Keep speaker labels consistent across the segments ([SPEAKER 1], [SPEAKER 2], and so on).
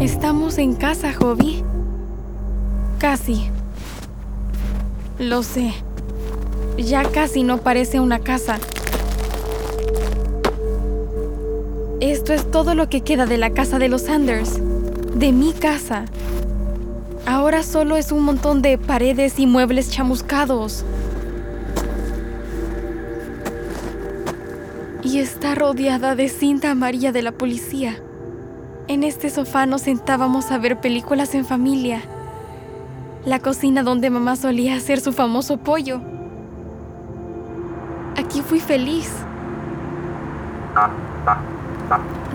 [SPEAKER 1] Estamos en casa, Joby. Casi. Lo sé. Ya casi no parece una casa. Esto es todo lo que queda de la casa de los Sanders. De mi casa. Ahora solo es un montón de paredes y muebles chamuscados. Y está rodeada de cinta amarilla de la policía. En este sofá nos sentábamos a ver películas en familia. La cocina donde mamá solía hacer su famoso pollo. Aquí fui feliz.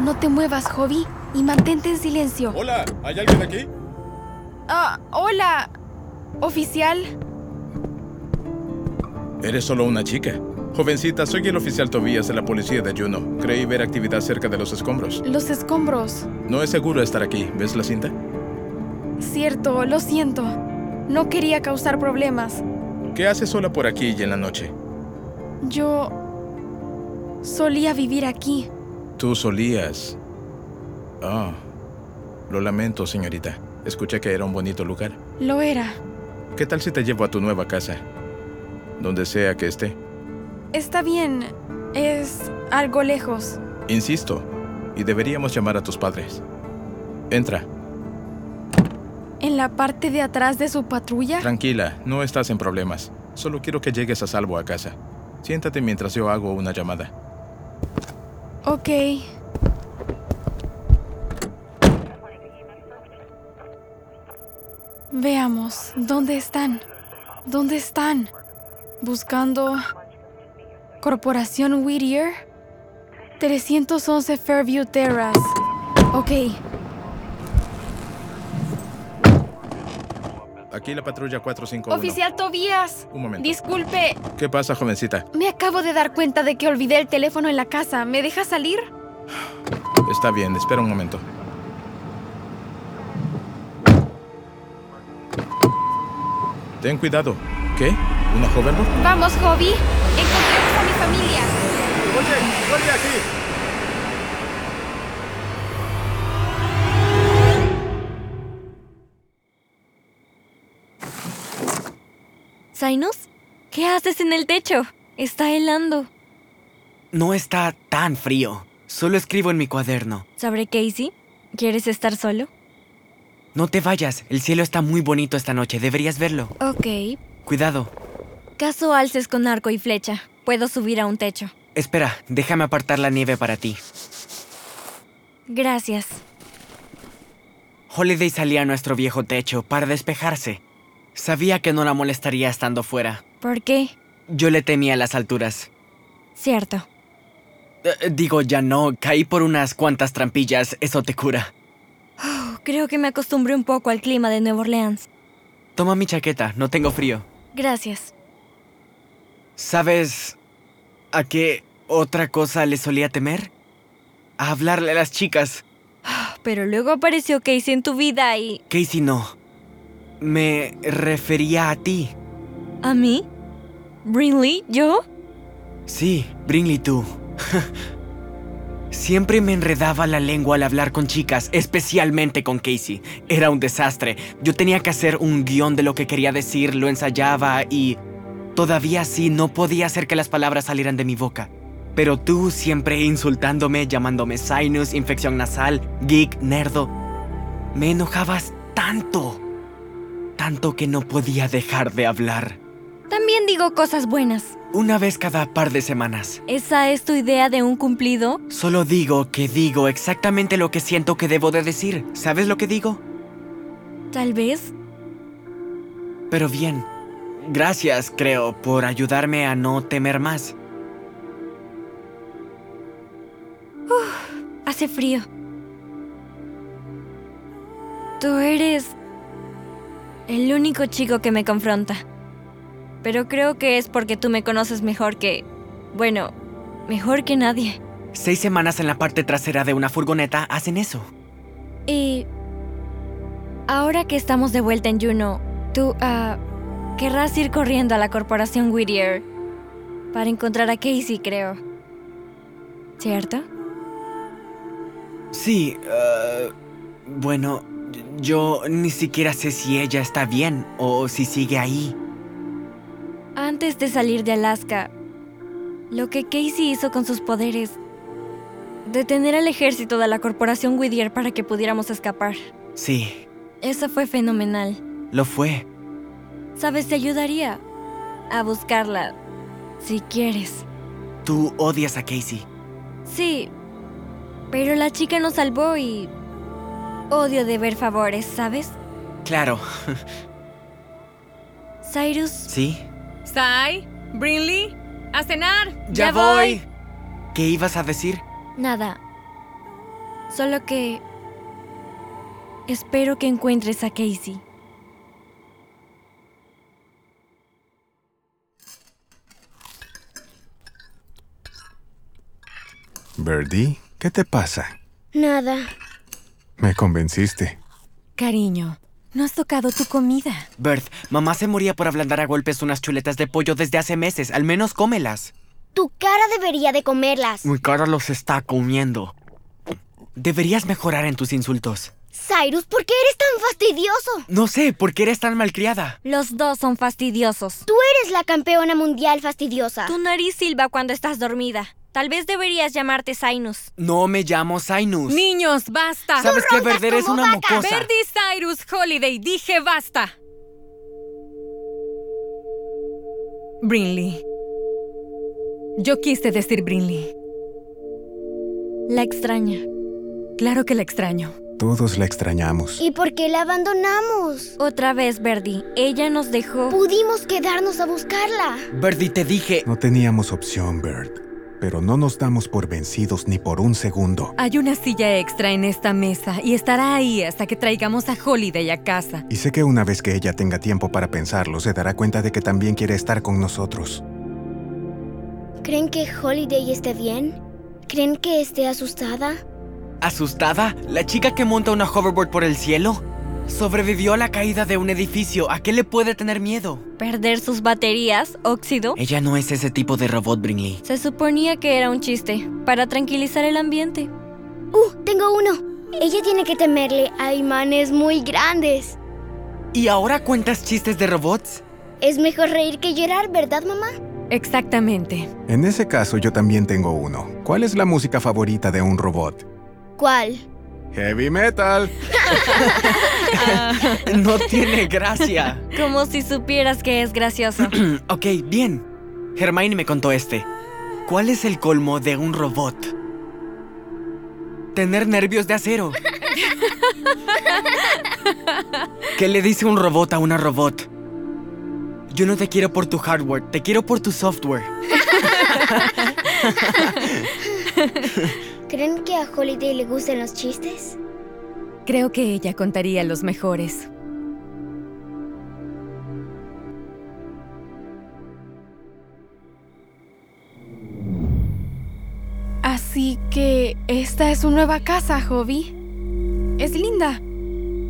[SPEAKER 1] No te muevas, Hobby, y mantente en silencio.
[SPEAKER 2] Hola, ¿hay alguien aquí?
[SPEAKER 1] Ah, hola, oficial.
[SPEAKER 2] Eres solo una chica. Jovencita, soy el oficial Tobías de la policía de Juno. Creí ver actividad cerca de los escombros.
[SPEAKER 1] Los escombros.
[SPEAKER 2] No es seguro estar aquí. ¿Ves la cinta?
[SPEAKER 1] Cierto, lo siento. No quería causar problemas.
[SPEAKER 2] ¿Qué haces sola por aquí y en la noche?
[SPEAKER 1] Yo solía vivir aquí.
[SPEAKER 2] Tú solías. Ah, lo lamento, señorita. Escuché que era un bonito lugar.
[SPEAKER 1] Lo era.
[SPEAKER 2] ¿Qué tal si te llevo a tu nueva casa? Donde sea que esté.
[SPEAKER 1] Está bien. Es algo lejos.
[SPEAKER 2] Insisto, y deberíamos llamar a tus padres. Entra,
[SPEAKER 1] En la parte de atrás de su patrulla.
[SPEAKER 2] tranquila, no estás en problemas. Solo quiero que llegues a salvo a casa. Siéntate mientras yo hago una llamada.
[SPEAKER 1] Ok. Veamos, ¿dónde están? ¿Dónde están? Buscando... Corporación Whittier. 311 Fairview Terrace. Ok,
[SPEAKER 2] Aquí la patrulla 451.
[SPEAKER 1] Oficial Tobías.
[SPEAKER 2] Un momento.
[SPEAKER 1] Disculpe,
[SPEAKER 2] ¿Qué pasa, jovencita?
[SPEAKER 1] me acabo de dar cuenta de que olvidé el teléfono en la casa. ¿Me deja salir?
[SPEAKER 2] Está bien, espera un momento. Ten cuidado. ¿Qué? ¿Una joven?
[SPEAKER 1] Vamos, Hobby. Encontremos a mi familia.
[SPEAKER 3] ¿Sinus? ¿Qué haces en el techo? Está helando.
[SPEAKER 4] No está tan frío. Solo escribo en mi cuaderno.
[SPEAKER 3] ¿Sobre Casey? ¿Quieres estar solo?
[SPEAKER 4] No te vayas, el cielo está muy bonito esta noche, deberías verlo.
[SPEAKER 3] Ok.
[SPEAKER 4] Cuidado.
[SPEAKER 3] Caso alces con arco y flecha. Puedo subir a un techo.
[SPEAKER 4] Espera, déjame apartar la nieve para ti.
[SPEAKER 3] Gracias.
[SPEAKER 4] Holiday salía a nuestro viejo techo para despejarse. Sabía que no la molestaría estando fuera.
[SPEAKER 3] ¿Por qué?
[SPEAKER 4] Yo le temía las alturas.
[SPEAKER 3] Cierto.
[SPEAKER 4] Eh, digo, ya no, caí por unas cuantas trampillas, eso te cura.
[SPEAKER 3] Oh, creo que me acostumbré un poco al clima de Nueva Orleans.
[SPEAKER 4] Toma mi chaqueta, no tengo frío.
[SPEAKER 3] Gracias.
[SPEAKER 4] ¿Sabes a qué otra cosa le solía temer? A hablarle a las chicas.
[SPEAKER 3] Pero luego apareció Casey en tu vida y...
[SPEAKER 4] Casey, no. Me refería a ti.
[SPEAKER 3] ¿A mí? ¿Brinley? ¿Yo?
[SPEAKER 4] Sí, Brinley, tú. Siempre me enredaba la lengua al hablar con chicas, especialmente con Casey. Era un desastre. Yo tenía que hacer un guión de lo que quería decir, lo ensayaba y... Todavía así no podía hacer que las palabras salieran de mi boca. Pero tú siempre insultándome, llamándome sinus, infección nasal, geek, nerdo. Me enojabas tanto. Tanto que no podía dejar de hablar.
[SPEAKER 3] También digo cosas buenas.
[SPEAKER 4] Una vez cada par de semanas.
[SPEAKER 3] ¿Esa es tu idea de un cumplido?
[SPEAKER 4] Solo digo que digo exactamente lo que siento que debo de decir. ¿Sabes lo que digo?
[SPEAKER 3] Tal vez.
[SPEAKER 4] Pero bien, Gracias, creo, por ayudarme a no temer más.
[SPEAKER 3] Hace frío. Tú eres el único chico que me confronta. Pero creo que es porque tú me conoces mejor que... Bueno, mejor que nadie.
[SPEAKER 4] Seis semanas en la parte trasera de una furgoneta hacen eso.
[SPEAKER 3] Y... Ahora que estamos de vuelta en Juno, tú... ah, querrás ir corriendo a la corporación Whittier para encontrar a Casey, creo. ¿Cierto?
[SPEAKER 4] Sí, eh, bueno, yo ni siquiera sé si ella está bien o si sigue ahí.
[SPEAKER 3] Antes de salir de Alaska, lo que Casey hizo con sus poderes, detener al ejército de la Corporación Whittier para que pudiéramos escapar.
[SPEAKER 4] Sí,
[SPEAKER 3] Eso fue fenomenal.
[SPEAKER 4] lo fue.
[SPEAKER 3] ¿Sabes? Te ayudaría a buscarla, si quieres.
[SPEAKER 4] Tú odias a Casey.
[SPEAKER 3] Sí, pero la chica nos salvó y... Odio deber favores, ¿sabes?
[SPEAKER 4] Claro,
[SPEAKER 3] Cyrus,
[SPEAKER 4] sí.
[SPEAKER 5] Sai, Brinley, a cenar.
[SPEAKER 4] ¿Qué ibas a decir?
[SPEAKER 3] nada. Solo que... Espero que encuentres a Casey.
[SPEAKER 2] Birdie, ¿qué te pasa?
[SPEAKER 6] Nada.
[SPEAKER 2] Me convenciste.
[SPEAKER 7] Cariño, no has tocado tu comida.
[SPEAKER 4] Bert, mamá se moría por ablandar a golpes unas chuletas de pollo desde hace meses. Al menos cómelas.
[SPEAKER 6] Tu cara debería de comerlas.
[SPEAKER 4] Mi cara los está comiendo. Deberías mejorar en tus insultos.
[SPEAKER 6] Cyrus, ¿por qué eres tan fastidioso?
[SPEAKER 4] No sé, ¿por qué eres tan malcriada?
[SPEAKER 3] Los dos son fastidiosos. Ah.
[SPEAKER 6] Tú eres la campeona mundial fastidiosa.
[SPEAKER 3] Tu nariz silba cuando estás dormida. Tal vez deberías llamarte Sinus.
[SPEAKER 4] No me llamo Sinus.
[SPEAKER 5] Niños, basta.
[SPEAKER 4] ¿Sabes que
[SPEAKER 6] roncas
[SPEAKER 4] Verde eres
[SPEAKER 6] como
[SPEAKER 4] una
[SPEAKER 6] vaca.
[SPEAKER 4] mocosa?
[SPEAKER 5] Verdi Cyrus Holiday, dije basta. Brinley. Yo quise decir Brinley.
[SPEAKER 3] La extraña.
[SPEAKER 7] Claro que la extraño.
[SPEAKER 2] Todos la extrañamos.
[SPEAKER 6] ¿Y por qué la abandonamos?
[SPEAKER 3] Otra vez, Verdi. Ella nos dejó.
[SPEAKER 6] Pudimos quedarnos a buscarla.
[SPEAKER 4] Verdi, te dije.
[SPEAKER 2] No teníamos opción, Bird. Pero no nos damos por vencidos ni por un segundo.
[SPEAKER 7] Hay una silla extra en esta mesa y estará ahí hasta que traigamos a Holiday a casa.
[SPEAKER 2] Y sé que una vez que ella tenga tiempo para pensarlo, se dará cuenta de que también quiere estar con nosotros.
[SPEAKER 6] ¿Creen que Holiday esté bien? ¿Creen que esté asustada?
[SPEAKER 4] ¿Asustada? ¿La chica que monta una hoverboard por el cielo? Sobrevivió a la caída de un edificio. ¿A qué le puede tener miedo?
[SPEAKER 3] ¿Perder sus baterías? ¿Óxido?
[SPEAKER 4] Ella no es ese tipo de robot, Brinley.
[SPEAKER 3] Se suponía que era un chiste, para tranquilizar el ambiente.
[SPEAKER 6] ¡Uh! Tengo uno. Ella tiene que temerle a imanes muy grandes.
[SPEAKER 4] ¿Y ahora cuentas chistes de robots?
[SPEAKER 6] Es mejor reír que llorar, ¿verdad, mamá?
[SPEAKER 7] Exactamente.
[SPEAKER 2] En ese caso, yo también tengo uno. ¿Cuál es la música favorita de un robot?
[SPEAKER 6] ¿Cuál?
[SPEAKER 2] Heavy metal.
[SPEAKER 4] No tiene gracia.
[SPEAKER 3] Como si supieras que es gracioso.
[SPEAKER 4] Mm, ok, bien. Germaine me contó este. ¿Cuál es el colmo de un robot? Tener nervios de acero. ¿Qué le dice un robot a una robot? Yo no te quiero por tu hardware, te quiero por tu software.
[SPEAKER 6] ¿Creen que a Holiday le gustan los chistes?
[SPEAKER 7] Creo que ella contaría los mejores.
[SPEAKER 1] Así que esta es su nueva casa, Hobby. Es linda.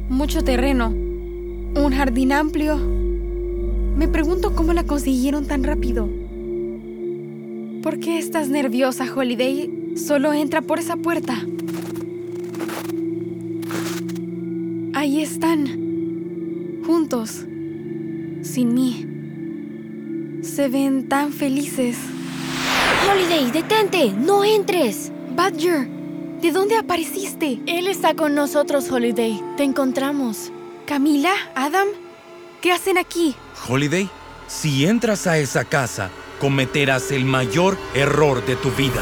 [SPEAKER 1] Mucho terreno. Un jardín amplio. Me pregunto cómo la consiguieron tan rápido. ¿Por qué estás nerviosa, Holiday? Solo entra por esa puerta. Ahí están. Juntos. Sin mí. Se ven tan felices.
[SPEAKER 6] Holiday, detente, no entres.
[SPEAKER 1] Badger, ¿de dónde apareciste?
[SPEAKER 8] Él está con nosotros, Holiday. Te encontramos.
[SPEAKER 1] Camila, Adam, ¿qué hacen aquí?
[SPEAKER 9] Holiday, si entras a esa casa, cometerás el mayor error de tu vida.